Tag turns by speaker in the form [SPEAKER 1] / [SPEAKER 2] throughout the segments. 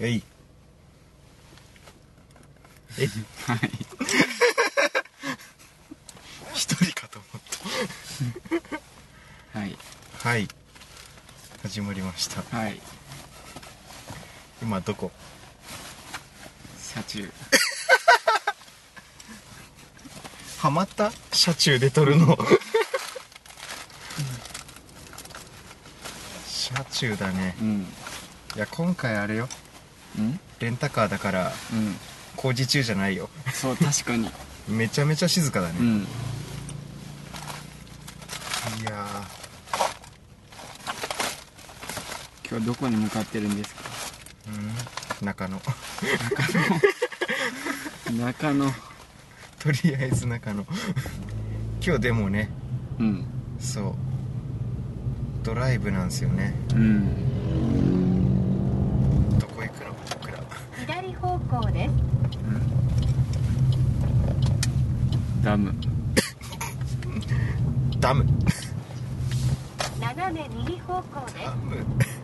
[SPEAKER 1] えいえい
[SPEAKER 2] はい
[SPEAKER 1] 一人かと思っ
[SPEAKER 2] はい
[SPEAKER 1] たはい始まりました
[SPEAKER 2] はい
[SPEAKER 1] 今どこ
[SPEAKER 2] 車中
[SPEAKER 1] ハマった車中で撮るの車中だね
[SPEAKER 2] うん
[SPEAKER 1] いや今回あれよ
[SPEAKER 2] うん
[SPEAKER 1] レンタカーだから
[SPEAKER 2] う
[SPEAKER 1] 工事中じゃないよ
[SPEAKER 2] んそう確かに
[SPEAKER 1] めちゃめちゃ静かだね、
[SPEAKER 2] うん
[SPEAKER 1] いや
[SPEAKER 2] 今日どこに向かってるんですか
[SPEAKER 1] ーうん中野
[SPEAKER 2] 中野
[SPEAKER 1] とりあえず中野今日でもね
[SPEAKER 2] うん
[SPEAKER 1] そうドライブなんですよね
[SPEAKER 2] うん
[SPEAKER 1] どこ行くの僕ら
[SPEAKER 3] 左方向です。
[SPEAKER 2] ダム
[SPEAKER 1] ダム
[SPEAKER 3] 斜め右方向です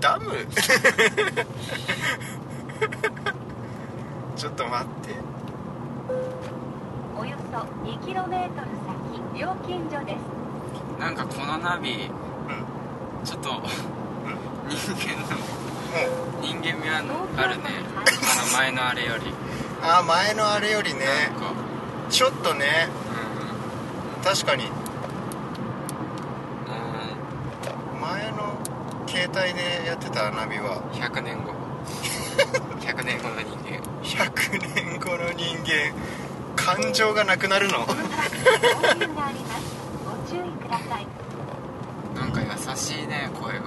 [SPEAKER 1] ダ。ムダム ちょっと待って
[SPEAKER 3] およそ 2km 先、料金所です。
[SPEAKER 2] なんかこのナビ
[SPEAKER 1] う
[SPEAKER 2] ちょっと人間
[SPEAKER 1] ん
[SPEAKER 2] の
[SPEAKER 1] うん
[SPEAKER 2] 人間味はあるねあの前のあれより
[SPEAKER 1] あー前のあれよりね
[SPEAKER 2] なんか
[SPEAKER 1] ちょっとね
[SPEAKER 2] う
[SPEAKER 1] 確かに
[SPEAKER 2] ん
[SPEAKER 1] 前の携帯でやってたナビは
[SPEAKER 2] うん100年 後100年後の人間
[SPEAKER 1] 100年後の人間感情がなくなるの
[SPEAKER 3] この先に応急があります。ご注意ください。
[SPEAKER 2] なんか優しいね声が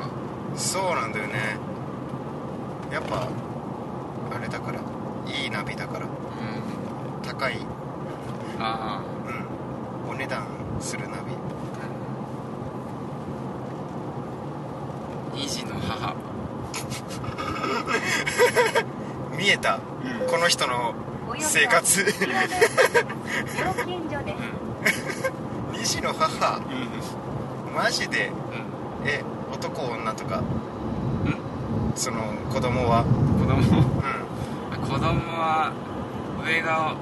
[SPEAKER 1] そうなんだよねやっぱあれだからいいナビだから
[SPEAKER 2] うん
[SPEAKER 1] 高い、
[SPEAKER 2] あ
[SPEAKER 1] うん、お値段するナビ
[SPEAKER 2] あ2児の母
[SPEAKER 1] 見えた
[SPEAKER 2] うん
[SPEAKER 1] この人の
[SPEAKER 3] およそ
[SPEAKER 1] 生活
[SPEAKER 3] 2km 先料金所です。
[SPEAKER 1] 2児の母
[SPEAKER 2] うんうん
[SPEAKER 1] マジでえ男女とかその子供は
[SPEAKER 2] 子供
[SPEAKER 1] う
[SPEAKER 2] 子供は上が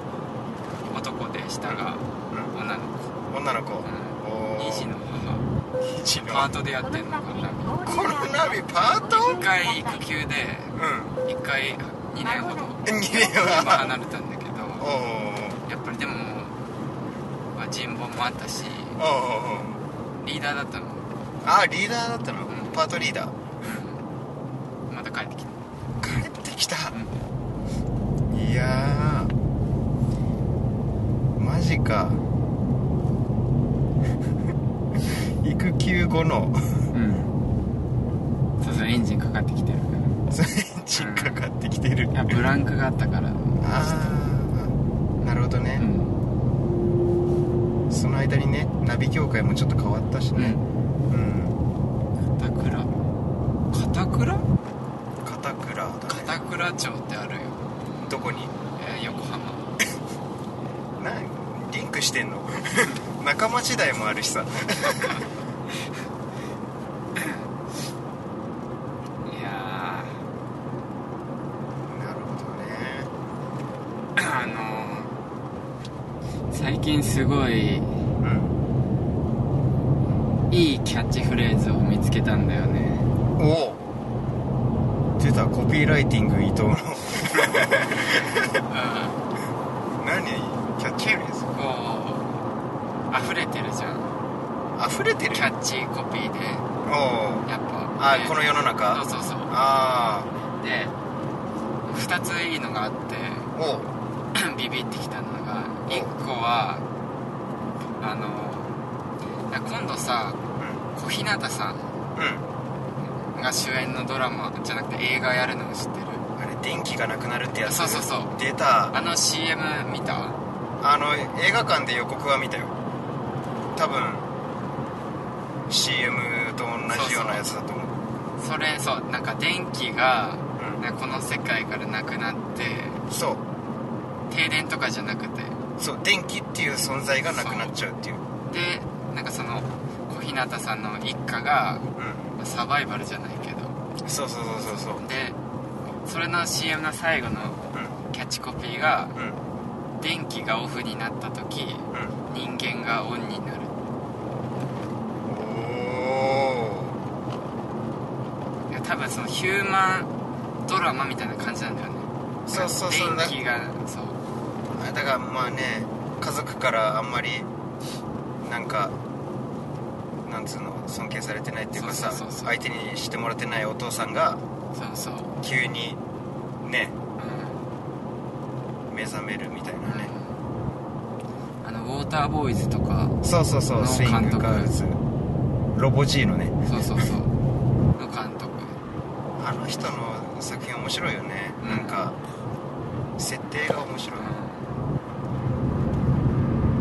[SPEAKER 2] 男で下が
[SPEAKER 1] ん、
[SPEAKER 2] 女の子
[SPEAKER 1] うん、女の子
[SPEAKER 2] う
[SPEAKER 1] おー
[SPEAKER 2] 2児の母
[SPEAKER 1] 二児の
[SPEAKER 2] パートでや
[SPEAKER 3] こ
[SPEAKER 2] っ
[SPEAKER 3] の
[SPEAKER 2] てん
[SPEAKER 3] 先
[SPEAKER 2] のかな
[SPEAKER 3] ゴー
[SPEAKER 1] この
[SPEAKER 3] ルがあり
[SPEAKER 1] ナビ
[SPEAKER 3] ます
[SPEAKER 1] パート
[SPEAKER 3] ご
[SPEAKER 2] 1
[SPEAKER 3] 注意ください
[SPEAKER 2] 回育休で
[SPEAKER 1] う
[SPEAKER 2] 1回2年ほど
[SPEAKER 3] まもなく
[SPEAKER 1] ん2年
[SPEAKER 2] 今
[SPEAKER 1] は
[SPEAKER 2] 離れたんだけど
[SPEAKER 1] おー
[SPEAKER 2] やっぱりでも、まあ、人望もあったし
[SPEAKER 1] おーおー
[SPEAKER 2] リーダーだったの
[SPEAKER 1] あーリーダーだったの
[SPEAKER 2] うん
[SPEAKER 1] パートリーダー
[SPEAKER 2] また帰ってきた
[SPEAKER 1] 帰ってきた
[SPEAKER 2] うん
[SPEAKER 1] いやーマジか 育休後の
[SPEAKER 2] うんそうそうエンジンかかってきてるか
[SPEAKER 1] エンジンかかってきてる
[SPEAKER 2] らいやブランクがあったから
[SPEAKER 1] ああなるほど
[SPEAKER 2] う
[SPEAKER 1] ね、
[SPEAKER 2] ん
[SPEAKER 1] その間にねナビ業界もちょっと変わったし
[SPEAKER 2] う
[SPEAKER 1] ねう
[SPEAKER 2] ん
[SPEAKER 1] ん
[SPEAKER 2] 片倉片倉
[SPEAKER 1] 片倉だね
[SPEAKER 2] 片倉町ってあるよ、
[SPEAKER 1] どこに
[SPEAKER 2] えー横浜
[SPEAKER 1] なリンクしてんの 仲間時代もあるしさ
[SPEAKER 2] いや
[SPEAKER 1] なるほどね
[SPEAKER 2] ーあのー、最近すごい
[SPEAKER 1] うん
[SPEAKER 2] いいキャッチフレーズを見つけたんだよね
[SPEAKER 1] おお出たコピーライティング伊藤の
[SPEAKER 2] うん
[SPEAKER 1] 何キャッチフレーズ
[SPEAKER 2] こう溢れてるじゃん
[SPEAKER 1] 溢れてる
[SPEAKER 2] キャッチコピーで
[SPEAKER 1] おお
[SPEAKER 2] やっぱ
[SPEAKER 1] あ
[SPEAKER 2] ね
[SPEAKER 1] ーこの世の中
[SPEAKER 2] そうそうそう
[SPEAKER 1] あ
[SPEAKER 2] で2ついいのがあって
[SPEAKER 1] あおう
[SPEAKER 2] ビビってきたのが1個はあのいや今度さ小日向さん
[SPEAKER 1] うん
[SPEAKER 2] が主演のドラマじゃなくて映画やるのを知ってる
[SPEAKER 1] あれ電気がなくなるってやつ
[SPEAKER 2] そうそうそう
[SPEAKER 1] 出た
[SPEAKER 2] あの CM 見た
[SPEAKER 1] あの映画館で予告は見たよ多分 CM と同じようなやつだと思う
[SPEAKER 2] それそうなんか電気が
[SPEAKER 1] う
[SPEAKER 2] なんかこの世界からなくなって
[SPEAKER 1] んそう
[SPEAKER 2] 停電とかじゃなくて
[SPEAKER 1] そう電気っていう存在がなくなっちゃうっていう
[SPEAKER 2] でなんかその小日向さんの一家が
[SPEAKER 1] う
[SPEAKER 2] サバイバルじゃないけど
[SPEAKER 1] んそうそうそうそうそう
[SPEAKER 2] でそれの CM の最後のキャッチコピーが
[SPEAKER 1] うんうん
[SPEAKER 2] 「電気がオフになった時
[SPEAKER 1] うん
[SPEAKER 2] 人間がオンになる
[SPEAKER 1] おお」
[SPEAKER 2] いや多分そのヒューマンドラマみたいな感じなんだよね
[SPEAKER 1] そうそうそうだ
[SPEAKER 2] 電気がそう
[SPEAKER 1] だからまあね家族からあんまりなんかなんつうの尊敬されてないっていうかさ
[SPEAKER 2] そうそうそうそう
[SPEAKER 1] 相手にしてもらってないお父さんが
[SPEAKER 2] そうそう、
[SPEAKER 1] 急にね
[SPEAKER 2] うん
[SPEAKER 1] 目覚めるみたいなね
[SPEAKER 2] あのウォーターボーイズとか
[SPEAKER 1] そうそうそ
[SPEAKER 2] の
[SPEAKER 1] うスイン
[SPEAKER 2] 監
[SPEAKER 1] グ
[SPEAKER 2] 督
[SPEAKER 1] ガールズロボ G のね
[SPEAKER 2] そうそうそうの監督
[SPEAKER 1] あの人の作品面白いよね、
[SPEAKER 2] うん
[SPEAKER 1] なんか設定が面白い
[SPEAKER 2] う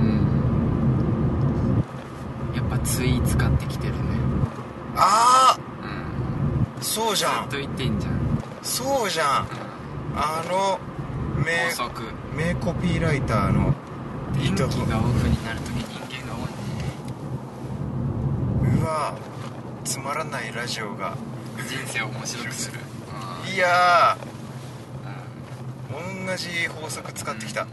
[SPEAKER 2] んやっぱツイ使ってきてるね
[SPEAKER 1] あ
[SPEAKER 2] うん
[SPEAKER 1] あそうじ
[SPEAKER 2] ず
[SPEAKER 1] ゃ
[SPEAKER 2] っ
[SPEAKER 1] ん
[SPEAKER 2] と言ってんじゃん、うん、
[SPEAKER 1] そうじゃんあの名
[SPEAKER 2] 法則
[SPEAKER 1] 名コピーライターのい
[SPEAKER 2] 電気
[SPEAKER 1] とこ
[SPEAKER 2] がオフになるとき人間がオン
[SPEAKER 1] うわつまらないラジオが
[SPEAKER 2] に人生を面白くする、
[SPEAKER 1] いや
[SPEAKER 2] うんう
[SPEAKER 1] ー
[SPEAKER 2] ん
[SPEAKER 1] 同じ法則使ってきた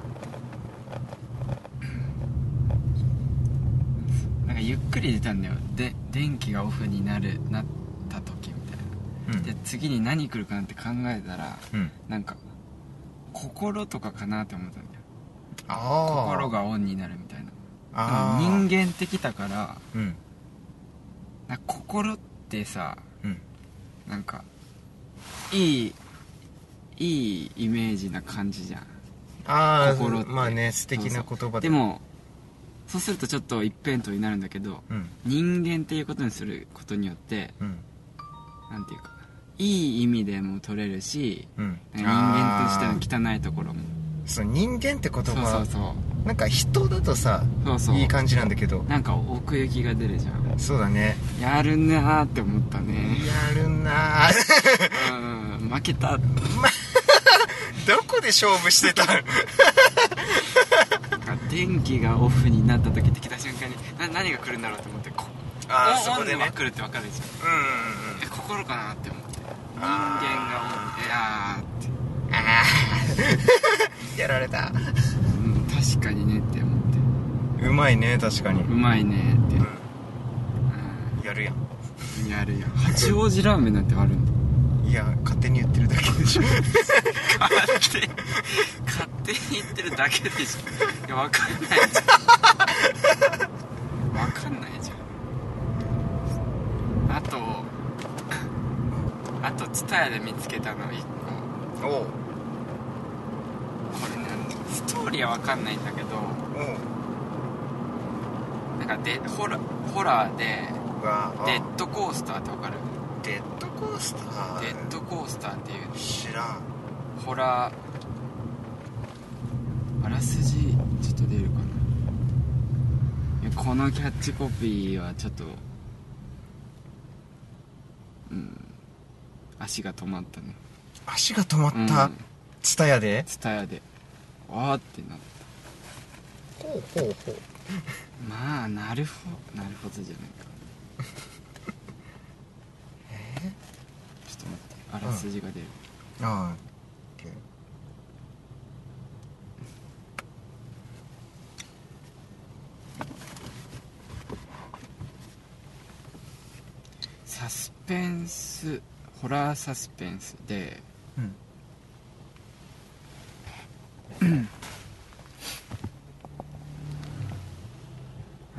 [SPEAKER 2] なんかゆっくり出たんだよで電気がオフになるなった時みたいな、
[SPEAKER 1] うん
[SPEAKER 2] で次に何来るかなって考えたら
[SPEAKER 1] うん
[SPEAKER 2] なんか心とかかなって思ったんだよ
[SPEAKER 1] あー
[SPEAKER 2] 心がオンになるみたいな
[SPEAKER 1] あー
[SPEAKER 2] 人間ってきたから
[SPEAKER 1] うん
[SPEAKER 2] なんか心ってさ
[SPEAKER 1] うん
[SPEAKER 2] なんかいいいいイメージな感じじゃん
[SPEAKER 1] あ
[SPEAKER 2] 心っ
[SPEAKER 1] あ
[SPEAKER 2] て
[SPEAKER 1] まあね素敵な
[SPEAKER 2] そう
[SPEAKER 1] 言葉だ
[SPEAKER 2] でもそうするとちょっと一辺倒になるんだけど
[SPEAKER 1] うん
[SPEAKER 2] 人間っていうことにすることによって
[SPEAKER 1] うん
[SPEAKER 2] なんていうかいい意味でも取れるし
[SPEAKER 1] うん
[SPEAKER 2] 人間としての汚いところも
[SPEAKER 1] そう人間って言葉
[SPEAKER 2] そうそうそう
[SPEAKER 1] なんか人だとさ
[SPEAKER 2] そうそう
[SPEAKER 1] いい感じなんだけど
[SPEAKER 2] なんか奥行きが出るじゃん
[SPEAKER 1] そうだね
[SPEAKER 2] やるなーって思ったね
[SPEAKER 1] やるなー
[SPEAKER 2] うん負けた
[SPEAKER 1] どこで勝負して た
[SPEAKER 2] なんか電気がオフになった時って来た瞬間にな何が来るんだろうと思ってこ
[SPEAKER 1] ああ
[SPEAKER 2] オン
[SPEAKER 1] そこで
[SPEAKER 2] オン
[SPEAKER 1] ね
[SPEAKER 2] が来るって分かるじゃ
[SPEAKER 1] う
[SPEAKER 2] ん
[SPEAKER 1] んうん
[SPEAKER 2] え心かなって思って人
[SPEAKER 1] あ
[SPEAKER 2] 間がオンいや
[SPEAKER 1] うんああやられた
[SPEAKER 2] ーって、うん、確かにねって思って
[SPEAKER 1] うまいね確かに
[SPEAKER 2] うまいねって、
[SPEAKER 1] うんやるやん
[SPEAKER 2] うん、やるよ八王子ラーメンなんてあるんだ
[SPEAKER 1] いや勝手に言ってるだけでしょ
[SPEAKER 2] 勝手に勝手に言ってるだけでしょいや分かんないじゃん分かんないじ ゃんあとあとツタヤで見つけたの1個
[SPEAKER 1] おう
[SPEAKER 2] これねストーリーは分かんないんだけど
[SPEAKER 1] おう
[SPEAKER 2] なんかでホラホラーで
[SPEAKER 1] うわあ
[SPEAKER 2] デッドコースターって分かる
[SPEAKER 1] デッドコースター
[SPEAKER 2] デッドコースターっていう
[SPEAKER 1] 知らん
[SPEAKER 2] ホラーあらすじちょっと出るかないやこのキャッチコピーはちょっとうん足が止まったね
[SPEAKER 1] 足が止まったツタヤで
[SPEAKER 2] ツタヤでわーってなった
[SPEAKER 1] ほうほうほう
[SPEAKER 2] まあなるほどなるほどじゃないかちょっと待ってあらすじが出る、
[SPEAKER 1] ああ
[SPEAKER 2] サスペンスホラーサスペンスで
[SPEAKER 1] うん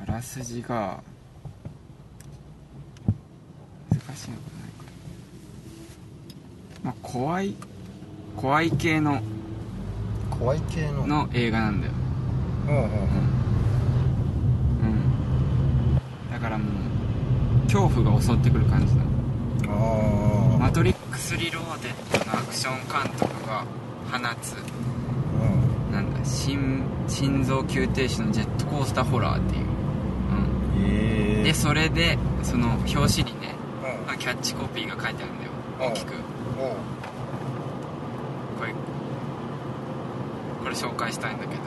[SPEAKER 2] あらすじが難しいのかないかまあ怖い怖い系の
[SPEAKER 1] 怖い系の
[SPEAKER 2] の映画なんだよ
[SPEAKER 1] ほうほうほう
[SPEAKER 2] うんだからもう恐怖が襲ってくる感じなの
[SPEAKER 1] あ
[SPEAKER 2] マトリックス・リローデッドのアクション監督が放つ
[SPEAKER 1] あうん
[SPEAKER 2] なんだ心心臓急停止のジェットコースターホラーっていう、う
[SPEAKER 1] え
[SPEAKER 2] ん、
[SPEAKER 1] え
[SPEAKER 2] でそれでその表紙にね
[SPEAKER 1] うん
[SPEAKER 2] まあキャッチコピーが書いてあるんだよ
[SPEAKER 1] うん
[SPEAKER 2] 大きく
[SPEAKER 1] おう
[SPEAKER 2] これこれ紹介したいんだけど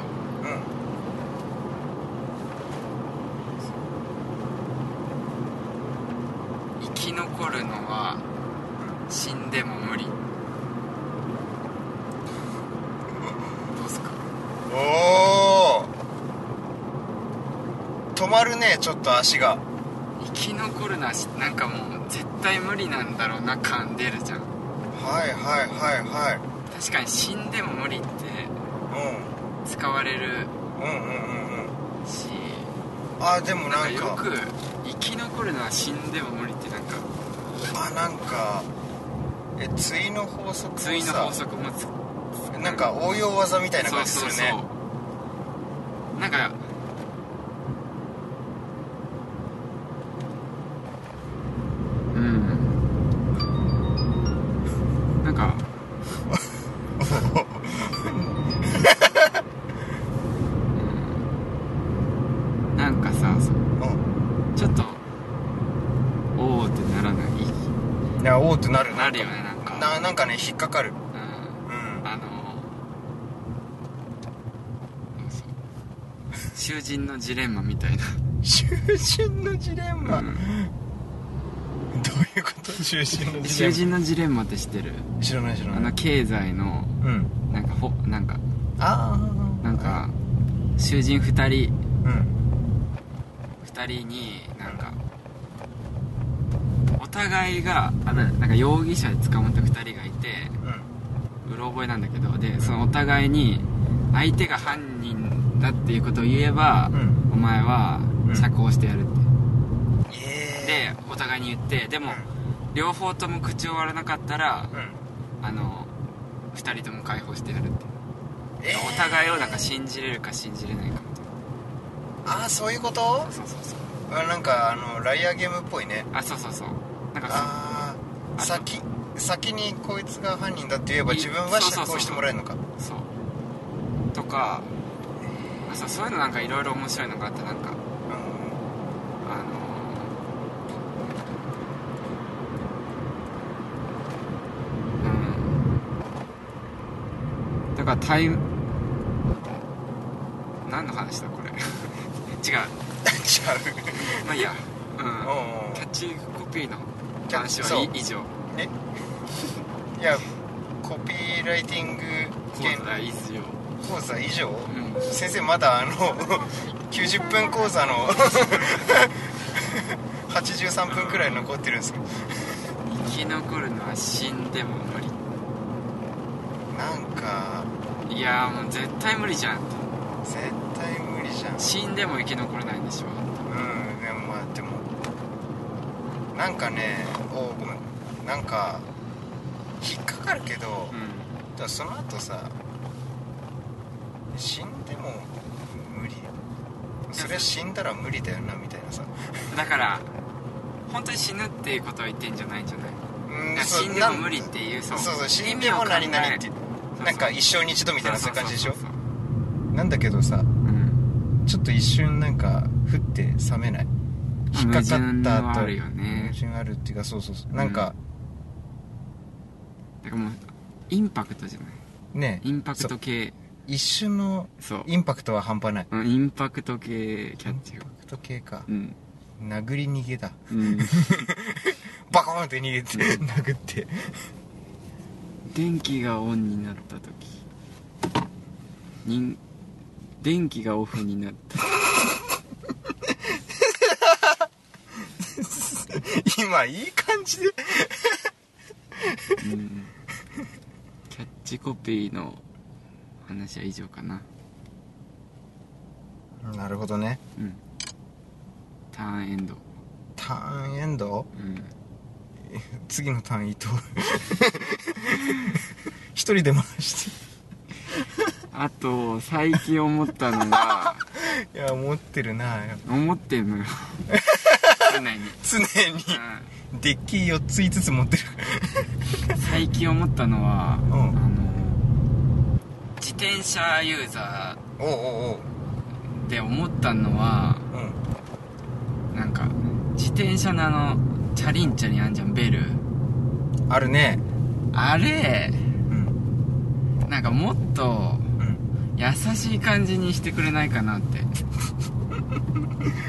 [SPEAKER 1] うん
[SPEAKER 2] 生き残るのは死んでも無理
[SPEAKER 1] おお止まるねちょっと足が
[SPEAKER 2] 生き残るのはしなんかもう絶対無理なんだろうな感出るじゃん
[SPEAKER 1] はいはいはいはい
[SPEAKER 2] 確かに死んでも無理って
[SPEAKER 1] う
[SPEAKER 2] 使われる
[SPEAKER 1] んうんうんうんうん
[SPEAKER 2] し
[SPEAKER 1] あでも
[SPEAKER 2] なん
[SPEAKER 1] な
[SPEAKER 2] か
[SPEAKER 1] ん
[SPEAKER 2] よ
[SPEAKER 1] か
[SPEAKER 2] く生き残るのは死んでも無理ってなんか
[SPEAKER 1] あなんかえ対の法則もさ
[SPEAKER 2] 対の法則もつ
[SPEAKER 1] なんか応用技みたいな感じするね
[SPEAKER 2] そうそうそうなんかうんなんかうんなんかさそちょっとおおってならない
[SPEAKER 1] うんいやおーってなる
[SPEAKER 2] なるよねなんか
[SPEAKER 1] ななんかね引っかかる
[SPEAKER 2] うん
[SPEAKER 1] うん
[SPEAKER 2] あのそう囚人の ジレンマみたいな
[SPEAKER 1] 囚人のジレンマ、
[SPEAKER 2] う
[SPEAKER 1] ど
[SPEAKER 2] ん
[SPEAKER 1] ういうこと囚人のジレ
[SPEAKER 2] 囚
[SPEAKER 1] ン
[SPEAKER 2] 人のジレンマって知ってる
[SPEAKER 1] マ知らない知ら
[SPEAKER 2] あ
[SPEAKER 1] な
[SPEAKER 2] の
[SPEAKER 1] い
[SPEAKER 2] 経済の
[SPEAKER 1] うん
[SPEAKER 2] なんかほなんか
[SPEAKER 1] ああ
[SPEAKER 2] なんか囚人2人
[SPEAKER 1] うん
[SPEAKER 2] 2人になんかお互いがあななんか容疑者で捕まった2人がいて
[SPEAKER 1] うん
[SPEAKER 2] うろ覚えなんだけどでそのお互いに相手が犯人だっていうことを言えば、
[SPEAKER 1] うん
[SPEAKER 2] お前は
[SPEAKER 1] うん
[SPEAKER 2] 釈放してやるって、
[SPEAKER 1] ええ
[SPEAKER 2] でお互いに言ってで
[SPEAKER 1] ー、
[SPEAKER 2] も両方とも口を割らなかったら
[SPEAKER 1] うんうん
[SPEAKER 2] あの2人とも解放してやるって
[SPEAKER 1] えー
[SPEAKER 2] お互いをなんか信じれるか信じれないかみたいな
[SPEAKER 1] ああそういうこと
[SPEAKER 2] そうそうそう
[SPEAKER 1] あなんかあのライアーゲームっぽいね
[SPEAKER 2] あそうそうそうなんか
[SPEAKER 1] あ
[SPEAKER 2] あ
[SPEAKER 1] あ先先にこいつが犯人だって言えば自分は
[SPEAKER 2] そうそう
[SPEAKER 1] 釈
[SPEAKER 2] そう
[SPEAKER 1] 放してもらえるのか
[SPEAKER 2] そそうとかあそうそういうのなんかいろいろ面白いのがあったなんかあのうんだからタイム何の話だこれ 違う
[SPEAKER 1] ちゃう
[SPEAKER 2] まあいいやう
[SPEAKER 1] うん んうん
[SPEAKER 2] キャッチコピーの話はい以上
[SPEAKER 1] いやコピーライティング
[SPEAKER 2] 講
[SPEAKER 1] 原
[SPEAKER 2] 座以上
[SPEAKER 1] 講座以上
[SPEAKER 2] うん
[SPEAKER 1] 先生まだあの 90分講座の 83分くらい残ってるんですけど
[SPEAKER 2] 生き残るのは死んでも無
[SPEAKER 1] なんか
[SPEAKER 2] 理いやーもう絶対無理じゃんと
[SPEAKER 1] 絶対無理じゃん
[SPEAKER 2] 死んでも生き残れないんでしょ
[SPEAKER 1] うんでもまあでもなんかねおうごめんなんか引っかかるけど
[SPEAKER 2] う、ん
[SPEAKER 1] でもその後さ死んでも無理それは死んだら無理だよなみたいなさ
[SPEAKER 2] だから本当に死ぬっていうことを言ってんじゃないんじゃない
[SPEAKER 1] うん
[SPEAKER 2] いや
[SPEAKER 1] そう
[SPEAKER 2] 死んでも無理っていうそ
[SPEAKER 1] な
[SPEAKER 2] うん
[SPEAKER 1] そうそう死
[SPEAKER 2] 意
[SPEAKER 1] ん
[SPEAKER 2] 味
[SPEAKER 1] で
[SPEAKER 2] を
[SPEAKER 1] も
[SPEAKER 2] 考え
[SPEAKER 1] 何々ってなんか一生に一度みたいなそういう感じでしょ
[SPEAKER 2] そうそう
[SPEAKER 1] なんだけどさ
[SPEAKER 2] そううん
[SPEAKER 1] ちょっと一瞬なんか降って冷めない引っかかった
[SPEAKER 2] 矛盾は
[SPEAKER 1] 後
[SPEAKER 2] あるよね
[SPEAKER 1] 矛盾あるっていうかそうそうそうなんか、
[SPEAKER 2] だからもうインパクトじゃない
[SPEAKER 1] ね
[SPEAKER 2] インパク
[SPEAKER 1] そ
[SPEAKER 2] ト
[SPEAKER 1] う
[SPEAKER 2] 系
[SPEAKER 1] 一瞬の
[SPEAKER 2] そう
[SPEAKER 1] インパクトは半端ない
[SPEAKER 2] うんインパクト系キャッチが
[SPEAKER 1] インパクト系か
[SPEAKER 2] うん
[SPEAKER 1] 殴り逃げだ
[SPEAKER 2] うん
[SPEAKER 1] バコーンって逃げて殴って
[SPEAKER 2] 電気がオンになった時人電気がオフに なった
[SPEAKER 1] 今いい感じで
[SPEAKER 2] うんキャッチコピーの話は以上かな
[SPEAKER 1] なるほどね
[SPEAKER 2] うんターンエンド
[SPEAKER 1] ターンエンド
[SPEAKER 2] うん
[SPEAKER 1] 次のターン伊藤一人で回し
[SPEAKER 2] あと最近思った のが
[SPEAKER 1] ていや持ってるな
[SPEAKER 2] 思ってんのよ常に、
[SPEAKER 1] 常にデッキ4つ5つ持ってる
[SPEAKER 2] うん、最近思ったのは、
[SPEAKER 1] うん
[SPEAKER 2] あの自転車ユーザ
[SPEAKER 1] おうおう
[SPEAKER 2] ーで思ったのは
[SPEAKER 1] おううん
[SPEAKER 2] なんか自転車のあのチャリンチャリンあんじゃんベル
[SPEAKER 1] あるね
[SPEAKER 2] あれ
[SPEAKER 1] うん
[SPEAKER 2] なんかもっと
[SPEAKER 1] うん
[SPEAKER 2] 優しい感じにしてくれないかなって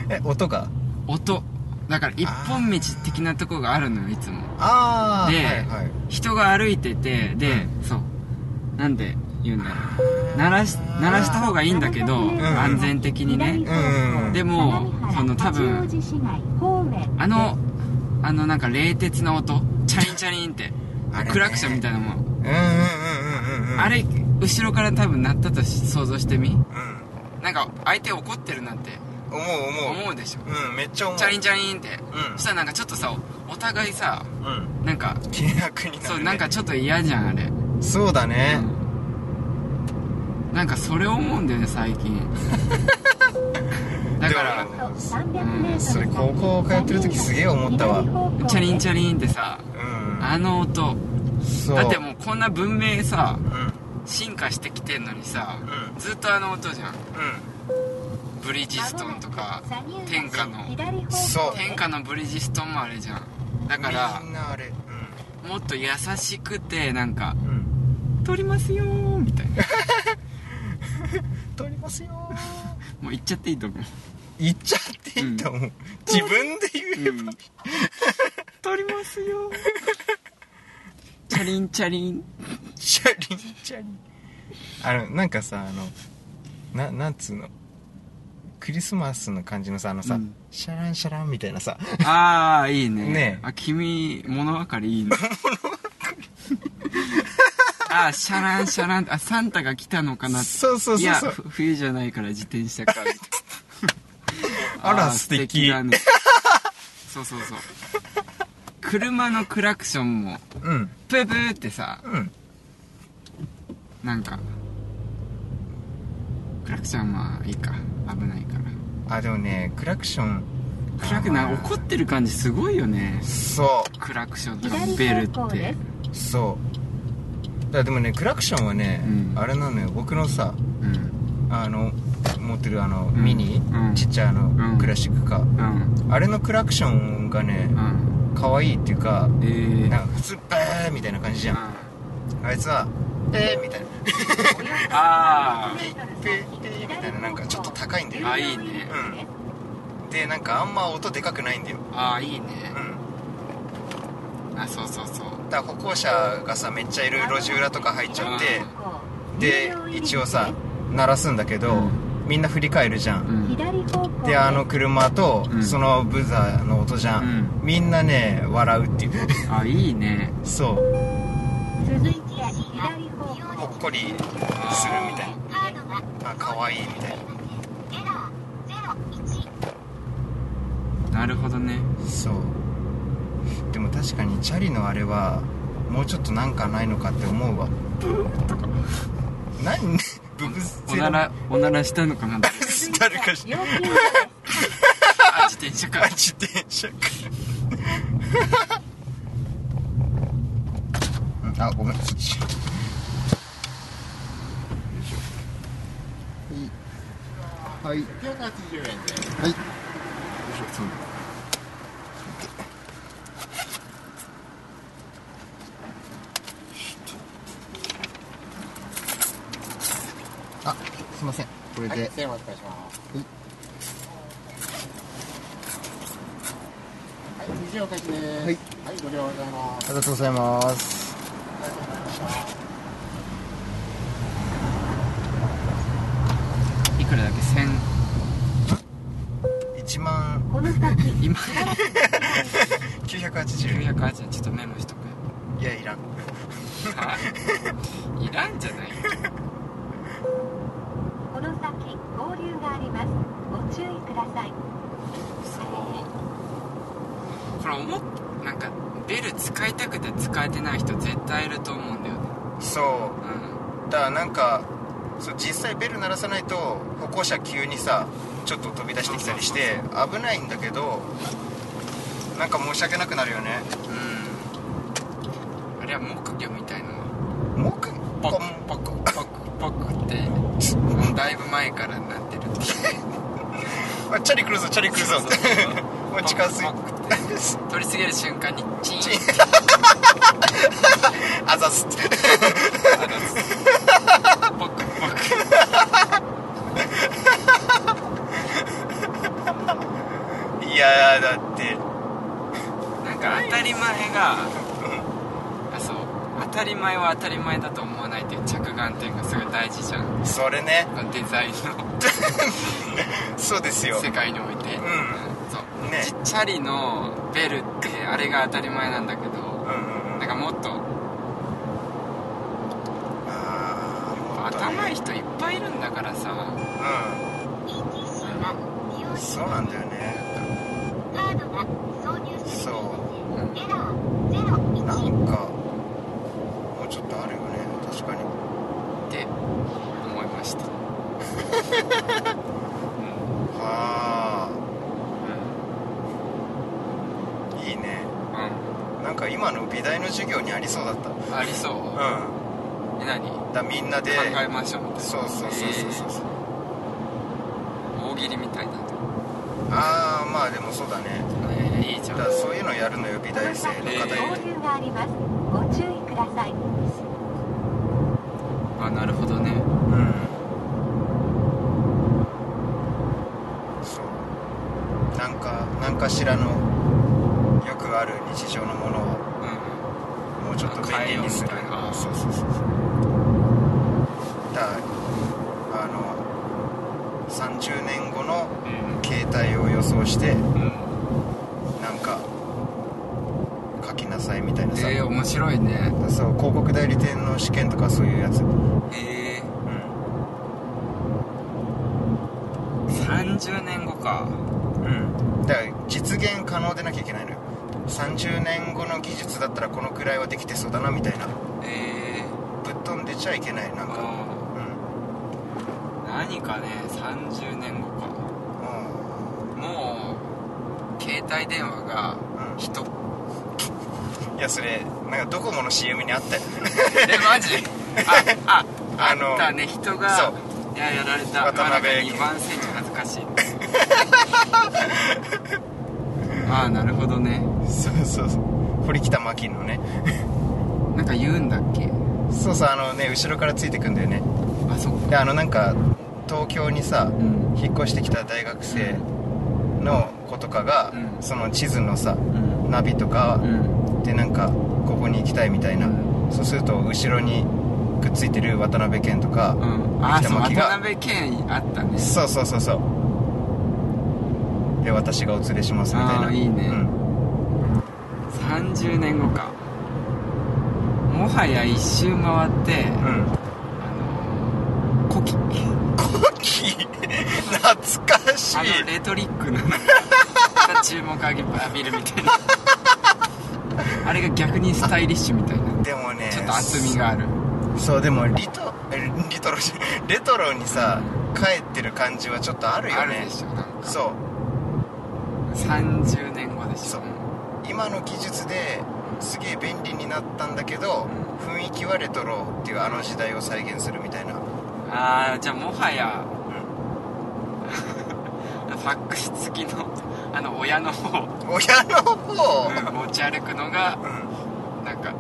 [SPEAKER 1] え音が
[SPEAKER 2] 音だから一本道的なとこがあるのよいつも
[SPEAKER 1] ああ
[SPEAKER 2] で
[SPEAKER 1] はいはい
[SPEAKER 2] 人が歩いててで、そうなんで言うんだよ鳴らし鳴らした方がいいんだけど、
[SPEAKER 3] うん
[SPEAKER 2] 安全的にね
[SPEAKER 1] うん
[SPEAKER 2] でもその多分あのあのなんか冷徹な音チャリンチャリンって
[SPEAKER 1] あれね
[SPEAKER 2] クラクションみたいなもん、
[SPEAKER 1] うんうんうんうんうんうん
[SPEAKER 2] あれ後ろから多分鳴ったとし想像してみ
[SPEAKER 1] うん
[SPEAKER 2] なんか相手怒ってるなって
[SPEAKER 1] 思う思う
[SPEAKER 2] 思うでしょ
[SPEAKER 1] うんめっちゃ思う
[SPEAKER 2] チャリンチャリンって、
[SPEAKER 1] うん
[SPEAKER 2] そしたらなんかちょっとさお互いさ
[SPEAKER 1] うん
[SPEAKER 2] なんか
[SPEAKER 1] 気楽になる、ね、
[SPEAKER 2] そうなんかちょっと嫌じゃんあれ
[SPEAKER 1] そうだね、
[SPEAKER 2] なんかそれ思うんだよね最 近だから
[SPEAKER 1] それ高校通ってる時すげえ思ったわ
[SPEAKER 2] チャリンチ
[SPEAKER 3] ャ
[SPEAKER 2] ャリンってさ
[SPEAKER 1] うん
[SPEAKER 2] あの音
[SPEAKER 1] そう
[SPEAKER 2] だってもうこんな文明さ
[SPEAKER 1] うんうん
[SPEAKER 2] 進化してきてんのにさ
[SPEAKER 1] うん
[SPEAKER 2] ずっとあの音じゃんブリヂストンとか天下の
[SPEAKER 1] そう
[SPEAKER 2] 天下のブリヂストンもあれじゃんだから
[SPEAKER 1] みんなあれ
[SPEAKER 2] もっと優しくてなんか
[SPEAKER 1] うんうん
[SPEAKER 2] 「撮りますよ」みたいな
[SPEAKER 1] 撮りますよ
[SPEAKER 2] もう言っちゃっていいと思う
[SPEAKER 1] 言っちゃっていいと思う、自分で言えば、
[SPEAKER 2] 「撮りますよ」チャリンチャリン
[SPEAKER 1] チャリンチャリンあのなんかさあのななんつうのクリスマスの感じのさあのさ、
[SPEAKER 2] うん
[SPEAKER 1] シャランシャランみたいなさ
[SPEAKER 2] ああいいね
[SPEAKER 1] ねえ
[SPEAKER 2] あ君物分かりい いねあシャランシャランあサンタが来たのかなって
[SPEAKER 1] そうそうそうそ
[SPEAKER 2] や
[SPEAKER 1] う
[SPEAKER 2] ふ冬じゃないから自転車かみたいな
[SPEAKER 1] あら素敵
[SPEAKER 2] だねそうそうそう車のクラクションも
[SPEAKER 1] うん
[SPEAKER 2] プープーってさ
[SPEAKER 1] うん
[SPEAKER 2] なんかクラクションはまあいいか危ないから
[SPEAKER 1] あでもねクラクション
[SPEAKER 2] 暗くな
[SPEAKER 1] あー
[SPEAKER 2] 怒ってる感じすごいよね
[SPEAKER 1] そ
[SPEAKER 2] クラクションとかベルって
[SPEAKER 1] うそうだからでもねクラクションはね、
[SPEAKER 2] うん
[SPEAKER 1] あれなのよ僕のさ
[SPEAKER 2] うん
[SPEAKER 1] あの持ってるあの、
[SPEAKER 2] ん
[SPEAKER 1] ミニ、
[SPEAKER 2] うん
[SPEAKER 1] ちっちゃいあの、
[SPEAKER 2] うん
[SPEAKER 1] クラシックカー
[SPEAKER 2] うん
[SPEAKER 1] あれのクラクションがね
[SPEAKER 2] うん
[SPEAKER 1] 可愛いっていうか
[SPEAKER 2] えー
[SPEAKER 1] なんか普通バーみたいな感じじゃんあいつはえーみたいな
[SPEAKER 2] あ
[SPEAKER 1] ペーペーみたいななんかちょっと高いんだよ
[SPEAKER 2] あいいね
[SPEAKER 1] でなんかあんま音でかくないんだよ
[SPEAKER 2] あああいいね
[SPEAKER 1] うん
[SPEAKER 2] あそうそうそう
[SPEAKER 1] だから歩行者がさめっちゃいる路地裏とか入っちゃってで一応さ鳴らすんだけど、
[SPEAKER 2] うん
[SPEAKER 1] みんな振り返るじゃん、
[SPEAKER 2] うん
[SPEAKER 1] であの車と
[SPEAKER 2] うん
[SPEAKER 1] そのブザーの音じゃん、みんなね笑う っていう
[SPEAKER 2] あいいね
[SPEAKER 1] そう
[SPEAKER 3] 続いて左方向
[SPEAKER 1] ほっこりするみたい
[SPEAKER 3] カードが
[SPEAKER 1] なあ可愛いみたい
[SPEAKER 3] エラー01
[SPEAKER 2] なるほどね
[SPEAKER 1] なそうでも確かにチャリのあれはもうちょっとなんかないのかって思う わ何 ブブゼ
[SPEAKER 2] おな
[SPEAKER 1] ラ
[SPEAKER 2] らおならしたの かな
[SPEAKER 1] 誰かし
[SPEAKER 3] 要求です
[SPEAKER 2] あ自転車か
[SPEAKER 1] あ自転車かうん あごめんそっちはいはいはいそうあすいませんこれで、
[SPEAKER 4] お願いします。はい。はい、20お返しです。
[SPEAKER 1] はい。
[SPEAKER 4] はい、ご利用ございま
[SPEAKER 1] あ
[SPEAKER 4] す。
[SPEAKER 1] りがとうございます
[SPEAKER 2] いくらだっけ1000
[SPEAKER 1] 1万
[SPEAKER 3] この先
[SPEAKER 2] 今
[SPEAKER 1] 980円
[SPEAKER 2] 980ちょっとメモしとく
[SPEAKER 1] いやいらん
[SPEAKER 2] はいらんじゃない
[SPEAKER 3] この先合流がありますご注意ください
[SPEAKER 2] そうこれ思っなんかベル使いたくて使えてない人絶対いると思うんだよね
[SPEAKER 1] そう
[SPEAKER 2] うん
[SPEAKER 1] だからなんかそう実際ベル鳴らさないと歩行者急にさちょっと飛び出してきたりして危ないんだけどなんか申し訳なくなるよね
[SPEAKER 2] うんあれは木魚みたいな
[SPEAKER 1] もう一回
[SPEAKER 2] ポク
[SPEAKER 1] ポン
[SPEAKER 2] ポクポクポクってだいぶ前からなってる
[SPEAKER 1] あチャリ来るぞチャリ来るぞ
[SPEAKER 2] そうそうそう
[SPEAKER 1] もう近づ
[SPEAKER 2] ポクポ
[SPEAKER 1] い
[SPEAKER 2] 通り過ぎる瞬間にチーン
[SPEAKER 1] チーン あざすって
[SPEAKER 2] ポクポク
[SPEAKER 1] いやーだって
[SPEAKER 2] なんか当たり前があそう当たり前は当たり前だと思わないっていう着眼点がすごい大事じゃん
[SPEAKER 1] それね
[SPEAKER 2] デザインの
[SPEAKER 1] そうですよ
[SPEAKER 2] 世界において、
[SPEAKER 1] ん
[SPEAKER 2] そう、
[SPEAKER 1] ね
[SPEAKER 2] ちチャリのベルってあれが当たり前なんだけど
[SPEAKER 1] うんうんう
[SPEAKER 2] なんんかもっと
[SPEAKER 1] あーもっとね
[SPEAKER 2] 頭いい人いっぱいいるんだからさそれは
[SPEAKER 1] うんそうなんだよね
[SPEAKER 3] カードが挿入されていませんエラー
[SPEAKER 1] な
[SPEAKER 3] 01
[SPEAKER 1] んかもうちょっとあるよね確かに
[SPEAKER 2] って思いました、うん
[SPEAKER 1] は
[SPEAKER 2] うん
[SPEAKER 1] あいいね
[SPEAKER 2] う
[SPEAKER 1] なんか今の美大の授業にありそうだった
[SPEAKER 2] ん、ありそう
[SPEAKER 1] う
[SPEAKER 2] え何考
[SPEAKER 1] んだみんなで
[SPEAKER 2] えましょうみたいな
[SPEAKER 1] そうそうそうそうそうそう
[SPEAKER 2] えー大喜利みたいだと
[SPEAKER 1] ああまあでもそうだね
[SPEAKER 2] えーいいじゃ
[SPEAKER 1] だ
[SPEAKER 2] ん
[SPEAKER 1] からそういうのやるのよ美大生の
[SPEAKER 3] この
[SPEAKER 1] 方
[SPEAKER 3] 先
[SPEAKER 1] に
[SPEAKER 3] 合流がありますご注意ください
[SPEAKER 2] あなるほどね
[SPEAKER 1] うんそうなんか何かしらのよくある日常のものを
[SPEAKER 2] う
[SPEAKER 1] もうちょっと便利にする
[SPEAKER 2] 変えようみたいな
[SPEAKER 1] そうそうそうそうだからあの30年後の
[SPEAKER 2] ん
[SPEAKER 1] 携帯を予想して
[SPEAKER 2] うんうん
[SPEAKER 1] なんか書きなさいみたいなさ、
[SPEAKER 2] えー、面白いね
[SPEAKER 1] そう広告代理店の試験とかそういうやつうん
[SPEAKER 2] えー、30年後
[SPEAKER 1] う
[SPEAKER 2] か
[SPEAKER 1] んだから実現可能でなきゃいけないのよ30年後の技術だったらこのくらいはできてそうだなみたいな
[SPEAKER 2] え
[SPEAKER 1] ぶっ飛んでちゃいけないなん
[SPEAKER 2] ー、
[SPEAKER 1] か
[SPEAKER 2] あ
[SPEAKER 1] うん
[SPEAKER 2] ー何かね30年後かもう携帯電話が
[SPEAKER 1] うん
[SPEAKER 2] 人
[SPEAKER 1] うんいやそれなんかドコモの CM にあったよ
[SPEAKER 2] えマジああ
[SPEAKER 1] あ
[SPEAKER 2] あ
[SPEAKER 1] の
[SPEAKER 2] のだね人が
[SPEAKER 1] そう
[SPEAKER 2] いややられた
[SPEAKER 1] 渡辺
[SPEAKER 2] まあなんか2番線に恥ずかしいああなるほどね
[SPEAKER 1] そうそうそう堀北真希のね
[SPEAKER 2] なんか言うんだっけ
[SPEAKER 1] そうそうあのね後ろからついてくんだよね
[SPEAKER 2] あそっか
[SPEAKER 1] であのなんか東京にさ
[SPEAKER 2] うん
[SPEAKER 1] 引っ越してきた大学生の子とかが、
[SPEAKER 2] うん
[SPEAKER 1] その地図のさ
[SPEAKER 2] うん
[SPEAKER 1] ナビとか
[SPEAKER 2] うん
[SPEAKER 1] でなんかここに行きたいみたいな、
[SPEAKER 2] う
[SPEAKER 1] そうすると後ろにくっついてる渡辺謙とか、
[SPEAKER 2] うんああ
[SPEAKER 1] 北
[SPEAKER 2] そう
[SPEAKER 1] 巻が
[SPEAKER 2] 渡辺謙あったね
[SPEAKER 1] そうそうそうそうで私がお連れしますみたい
[SPEAKER 2] あ
[SPEAKER 1] な
[SPEAKER 2] ーいいね
[SPEAKER 1] うん
[SPEAKER 2] 30年後かもはや一周回って、
[SPEAKER 1] うん
[SPEAKER 2] あの古希
[SPEAKER 1] コキ 懐かしい
[SPEAKER 2] あのレトリックの注目あげ浴びるみたいなあれが逆にスタイリッシュみたいな
[SPEAKER 1] でもね
[SPEAKER 2] ちょっと厚みがある
[SPEAKER 1] そうでもリトえリトロじゃレトロにさ帰ってる感じはちょっとあるよ
[SPEAKER 2] ある
[SPEAKER 1] ね
[SPEAKER 2] でしょなんか
[SPEAKER 1] そう
[SPEAKER 2] 30年後でし
[SPEAKER 1] そう
[SPEAKER 2] ょ
[SPEAKER 1] 今の技術ですげえ便利になったんだけど雰囲気はレトロっていうあの時代を再現するみたいな
[SPEAKER 2] ああじゃあもはや
[SPEAKER 1] う
[SPEAKER 2] ファックス付きのあの親の方を
[SPEAKER 1] 親の方
[SPEAKER 2] うん持ち歩くのが
[SPEAKER 1] うん
[SPEAKER 2] なんか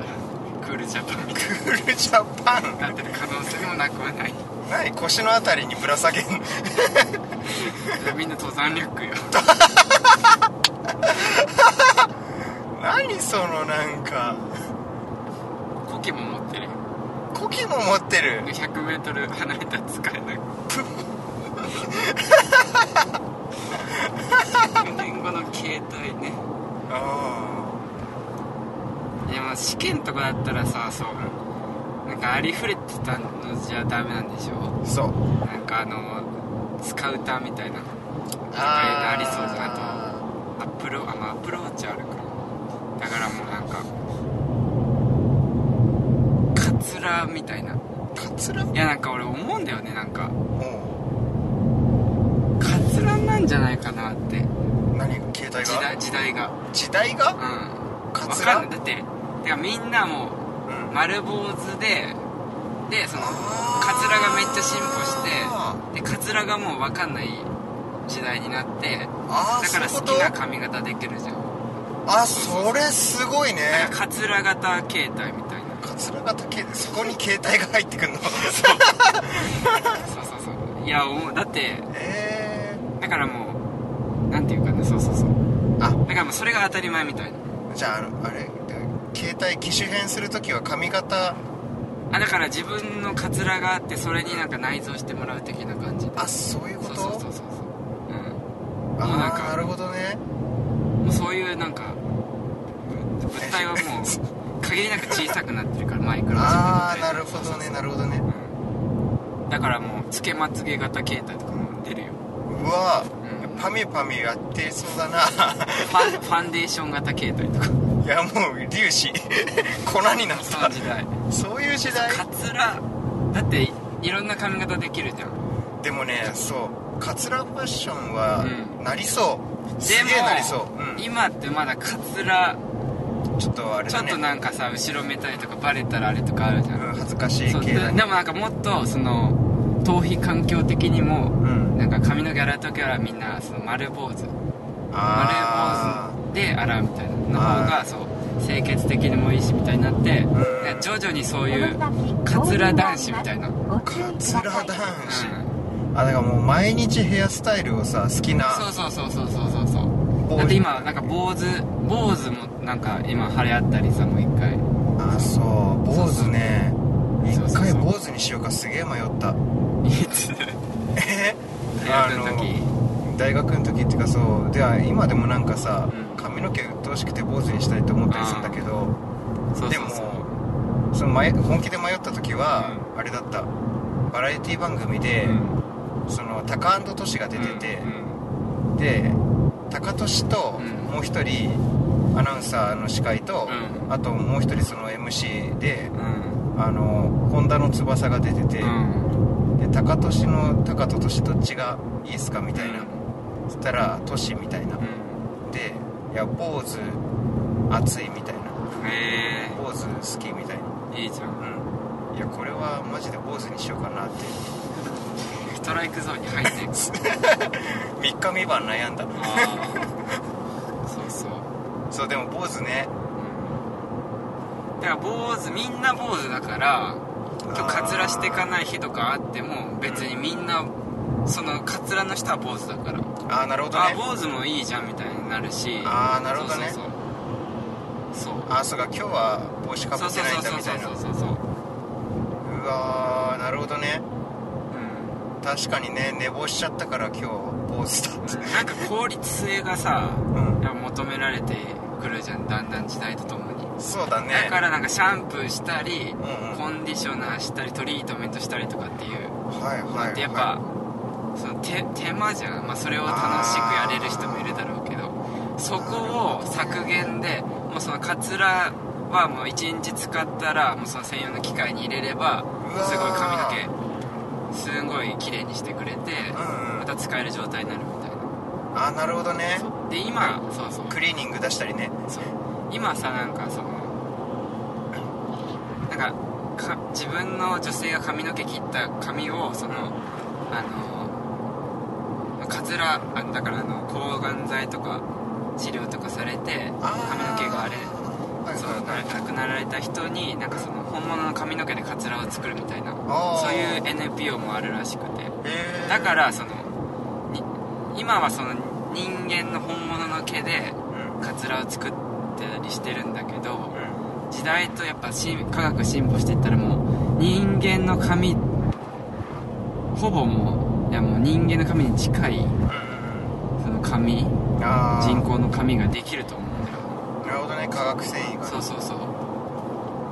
[SPEAKER 2] クールジャパンみたい
[SPEAKER 1] クールジャパ
[SPEAKER 2] になって
[SPEAKER 1] ン
[SPEAKER 2] る可能性もなくはない
[SPEAKER 1] 何腰のあたりにぶら下げんの
[SPEAKER 2] みんな登山リュックよ
[SPEAKER 1] 何そのなんか
[SPEAKER 2] コケも持ってるよ
[SPEAKER 1] コキも持ってる
[SPEAKER 2] 100m 離れたら使え ない100年後の携帯ね
[SPEAKER 1] あ
[SPEAKER 2] いやまあ試験とかだったらさそうなんかありふれてたのじゃダメなんでしょ
[SPEAKER 1] あそう
[SPEAKER 2] なんかあのスカウターみたいな
[SPEAKER 1] あー
[SPEAKER 2] ありそうじゃんアップルあまあアップルウォッチあるからだからもうなんかカツラみたいな
[SPEAKER 1] カツラ
[SPEAKER 2] いやなんか俺思うんだよねなんか
[SPEAKER 1] も
[SPEAKER 2] カツラなんじゃないかなって
[SPEAKER 1] う何が携帯
[SPEAKER 2] 時
[SPEAKER 1] が
[SPEAKER 2] 代時代が
[SPEAKER 1] 時代が
[SPEAKER 2] うん
[SPEAKER 1] カ
[SPEAKER 2] わ
[SPEAKER 1] ツ
[SPEAKER 2] か
[SPEAKER 1] ラ
[SPEAKER 2] んないだっててかみんなもう
[SPEAKER 1] うん
[SPEAKER 2] 丸坊主ででその
[SPEAKER 1] あー
[SPEAKER 2] カツラがめっちゃ進歩してでカツラがもうわかんない時代になってだ
[SPEAKER 1] あー
[SPEAKER 2] から
[SPEAKER 1] そうい
[SPEAKER 2] 好
[SPEAKER 1] う
[SPEAKER 2] き
[SPEAKER 1] こと
[SPEAKER 2] な髪型できるじゃん
[SPEAKER 1] あそれすごいね
[SPEAKER 2] なんかカツラ型携帯みたいな
[SPEAKER 1] カツラ型系そこに携帯が入ってくるの
[SPEAKER 2] そうそうそういやおだって
[SPEAKER 1] え
[SPEAKER 2] だからもうなんていうかねそうそうそう
[SPEAKER 1] あ
[SPEAKER 2] だからもうそれが当たり前みたいな
[SPEAKER 1] ー、じゃああのあれで携帯機種変する時は髪型
[SPEAKER 2] あだから自分のカツラがあってそれになんか内蔵してもらう的な感じ
[SPEAKER 1] あそういうこ
[SPEAKER 2] そう
[SPEAKER 1] と
[SPEAKER 2] そうそうそううもうなん
[SPEAKER 1] あ
[SPEAKER 2] か
[SPEAKER 1] あなるほどね
[SPEAKER 2] んもうそういうなんかぶ物体はもう限りなく小さくなってるから前から
[SPEAKER 1] ああ
[SPEAKER 2] 自
[SPEAKER 1] な
[SPEAKER 2] 分
[SPEAKER 1] るほど
[SPEAKER 2] の体
[SPEAKER 1] ねなるほどね
[SPEAKER 2] うんだからもうつけまつげ型携帯とかも出るよ、
[SPEAKER 1] うわ
[SPEAKER 2] うん、
[SPEAKER 1] パミュパミュやってそうだな
[SPEAKER 2] ファンファンデーション型携帯とか
[SPEAKER 1] いやもう粒子 粉になっ
[SPEAKER 2] その
[SPEAKER 1] た
[SPEAKER 2] 時代
[SPEAKER 1] そういう時代
[SPEAKER 2] カツラだっていろんな髪型できるじゃん
[SPEAKER 1] でもねそうカツラファッションは
[SPEAKER 2] う
[SPEAKER 1] なりそう、すげえなりそう、うん
[SPEAKER 2] 今ってまだカツラ
[SPEAKER 1] ちょっとあれ
[SPEAKER 2] ちょ
[SPEAKER 1] だ
[SPEAKER 2] っ
[SPEAKER 1] ね
[SPEAKER 2] となんかさ後ろめたいとかバレたらあれとかあるじゃん、
[SPEAKER 1] うん恥ずかしい
[SPEAKER 2] そう
[SPEAKER 1] 系
[SPEAKER 2] でで
[SPEAKER 1] だ
[SPEAKER 2] も
[SPEAKER 1] ね
[SPEAKER 2] なんかもっとその頭皮環境的にも
[SPEAKER 1] うん
[SPEAKER 2] なんか髪の毛洗う時はみんなその丸坊主
[SPEAKER 1] あ
[SPEAKER 2] 丸
[SPEAKER 1] あ
[SPEAKER 2] 坊主で洗うみたいなの
[SPEAKER 1] あ
[SPEAKER 2] 方
[SPEAKER 1] ー
[SPEAKER 2] がそう清潔的にもいいしみたいになって
[SPEAKER 1] ん
[SPEAKER 2] なんか徐々にそういうカツラ男子みたいな、うん、
[SPEAKER 1] カツラ男子、
[SPEAKER 2] そ
[SPEAKER 1] あだからもう毎日ヘアスタイルをさ好きな
[SPEAKER 2] うそうそうそうそうそうそう
[SPEAKER 1] 坊主
[SPEAKER 2] だって今なんか坊主坊主もなんか今流行ったりさもう一回
[SPEAKER 1] あそう坊主ね一
[SPEAKER 2] そうそう
[SPEAKER 1] 回
[SPEAKER 2] そう
[SPEAKER 1] 坊主にしようかすげえ迷った
[SPEAKER 2] いつ
[SPEAKER 1] え
[SPEAKER 2] 大学の時
[SPEAKER 1] 大学の時っていうかそうでは今でもなんかさ、
[SPEAKER 2] うん
[SPEAKER 1] 髪の毛鬱陶しくて坊主にしたいと思ったりするんだけど
[SPEAKER 2] そう
[SPEAKER 1] で
[SPEAKER 2] そう
[SPEAKER 1] も
[SPEAKER 2] そう
[SPEAKER 1] その迷本気で迷った時は、あれだったバラエティ番組で、そのタカトシが出てて、でタカトシと
[SPEAKER 2] うん
[SPEAKER 1] もう一人、アナウンサーの司会と、
[SPEAKER 2] う
[SPEAKER 1] あともう一人その MC で
[SPEAKER 2] うんうん
[SPEAKER 1] あの本田の翼が出てて、
[SPEAKER 2] うん
[SPEAKER 1] でタカトシのタカトとシどっちがいいですかみたいな、
[SPEAKER 2] うん
[SPEAKER 1] そしたらトシみたいな、
[SPEAKER 2] うん
[SPEAKER 1] でいや坊主熱いみたいな
[SPEAKER 2] へ
[SPEAKER 1] 坊主好きみたいな
[SPEAKER 2] えいいじゃん
[SPEAKER 1] うんいやこれはマジで坊主にしようかなって
[SPEAKER 2] ストライクゾーンに入っていく
[SPEAKER 1] 3日三晩悩んだ
[SPEAKER 2] あーそうそう、
[SPEAKER 1] そうでも坊主ね
[SPEAKER 2] うん、だから坊主みんな坊主だから今日カツラしてかない日とかあっても別にみんなそのカツラの人は坊主だから
[SPEAKER 1] あーなるほど
[SPEAKER 2] あ
[SPEAKER 1] ね
[SPEAKER 2] 坊主もいいじゃんみたいになるし
[SPEAKER 1] あーなるほどね
[SPEAKER 2] そうそう
[SPEAKER 1] あそうか今日は帽子かぶ
[SPEAKER 2] そう
[SPEAKER 1] っ
[SPEAKER 2] そ
[SPEAKER 1] て
[SPEAKER 2] う
[SPEAKER 1] ないんだ
[SPEAKER 2] そう
[SPEAKER 1] み
[SPEAKER 2] そ
[SPEAKER 1] た
[SPEAKER 2] う
[SPEAKER 1] いな
[SPEAKER 2] そう
[SPEAKER 1] う
[SPEAKER 2] そうそうそう
[SPEAKER 1] わーなるほどね
[SPEAKER 2] う
[SPEAKER 1] 確かにね寝坊しちゃったから今日坊主だって
[SPEAKER 2] んなんか効率性がさ
[SPEAKER 1] うん
[SPEAKER 2] やっぱ求められてくるじゃんだんだん時代とともに
[SPEAKER 1] そうだね
[SPEAKER 2] だからなんかシャンプーしたり
[SPEAKER 1] うんうん
[SPEAKER 2] コンディショナーしたりトリートメントしたりとかっていう
[SPEAKER 1] はいはい、はい、
[SPEAKER 2] でやっぱその手手間じゃん、まあ、それを楽しくやれる人もいるだろうけどそこを削減でもうそのカツラはもう1日使ったらもうその専用の機械に入れれば
[SPEAKER 1] うわー
[SPEAKER 2] すごい髪の毛すんごい綺麗にしてくれて
[SPEAKER 1] うんうん
[SPEAKER 2] また使える状態になるみたいな
[SPEAKER 1] あーなるほどね
[SPEAKER 2] で今そうそう
[SPEAKER 1] クリーニング出したりね
[SPEAKER 2] そう今さなんかそのなんかか自分の女性が髪の毛切った髪をそのあのカツラあだからあの抗がん剤とか治療とかされて髪の毛があれ
[SPEAKER 1] はい
[SPEAKER 2] そう
[SPEAKER 1] はい
[SPEAKER 2] な
[SPEAKER 1] はい
[SPEAKER 2] 亡くなられた人になんかその本物の髪の毛でカツラを作るみたいな
[SPEAKER 1] あー
[SPEAKER 2] そういう NPO もあるらしくて
[SPEAKER 1] へー
[SPEAKER 2] だからそのに今はその人間の本物の毛で
[SPEAKER 1] うん
[SPEAKER 2] カツラを作ったりしてるんだけど
[SPEAKER 1] うん
[SPEAKER 2] 時代とやっぱ進科学進歩していったらもう人間の髪ほぼもういやもう人間の髪に近い
[SPEAKER 1] うん
[SPEAKER 2] その髪
[SPEAKER 1] うんあー
[SPEAKER 2] 人工の髪ができると思うんだよ
[SPEAKER 1] なるほどね化学繊維が
[SPEAKER 2] そうそうそう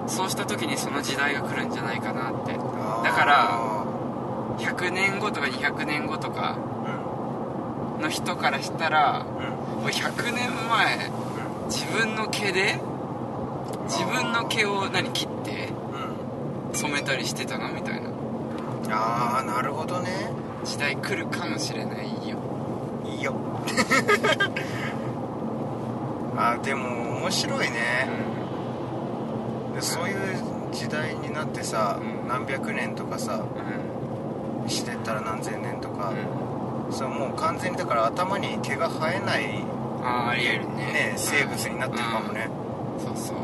[SPEAKER 2] そうした時にその時代が来るんじゃないかなって
[SPEAKER 1] あー
[SPEAKER 2] だから100年後とか200年後とか
[SPEAKER 1] うん
[SPEAKER 2] の人からした
[SPEAKER 1] う
[SPEAKER 2] ら
[SPEAKER 1] ん
[SPEAKER 2] もう100年前自分の毛で自分の毛を何切って
[SPEAKER 1] うん
[SPEAKER 2] 染めたりしてたのみたいな
[SPEAKER 1] ああなるほどね
[SPEAKER 2] 時代来るかもしれないよ
[SPEAKER 1] いいよ あーでも面白いねでそういう時代になってさ、
[SPEAKER 2] うん
[SPEAKER 1] 何百年とかさしてったら何千年とか、そうもう完全にだから頭に毛が生えない
[SPEAKER 2] ああありえるね
[SPEAKER 1] ね生物になってるかもね、
[SPEAKER 2] そうそう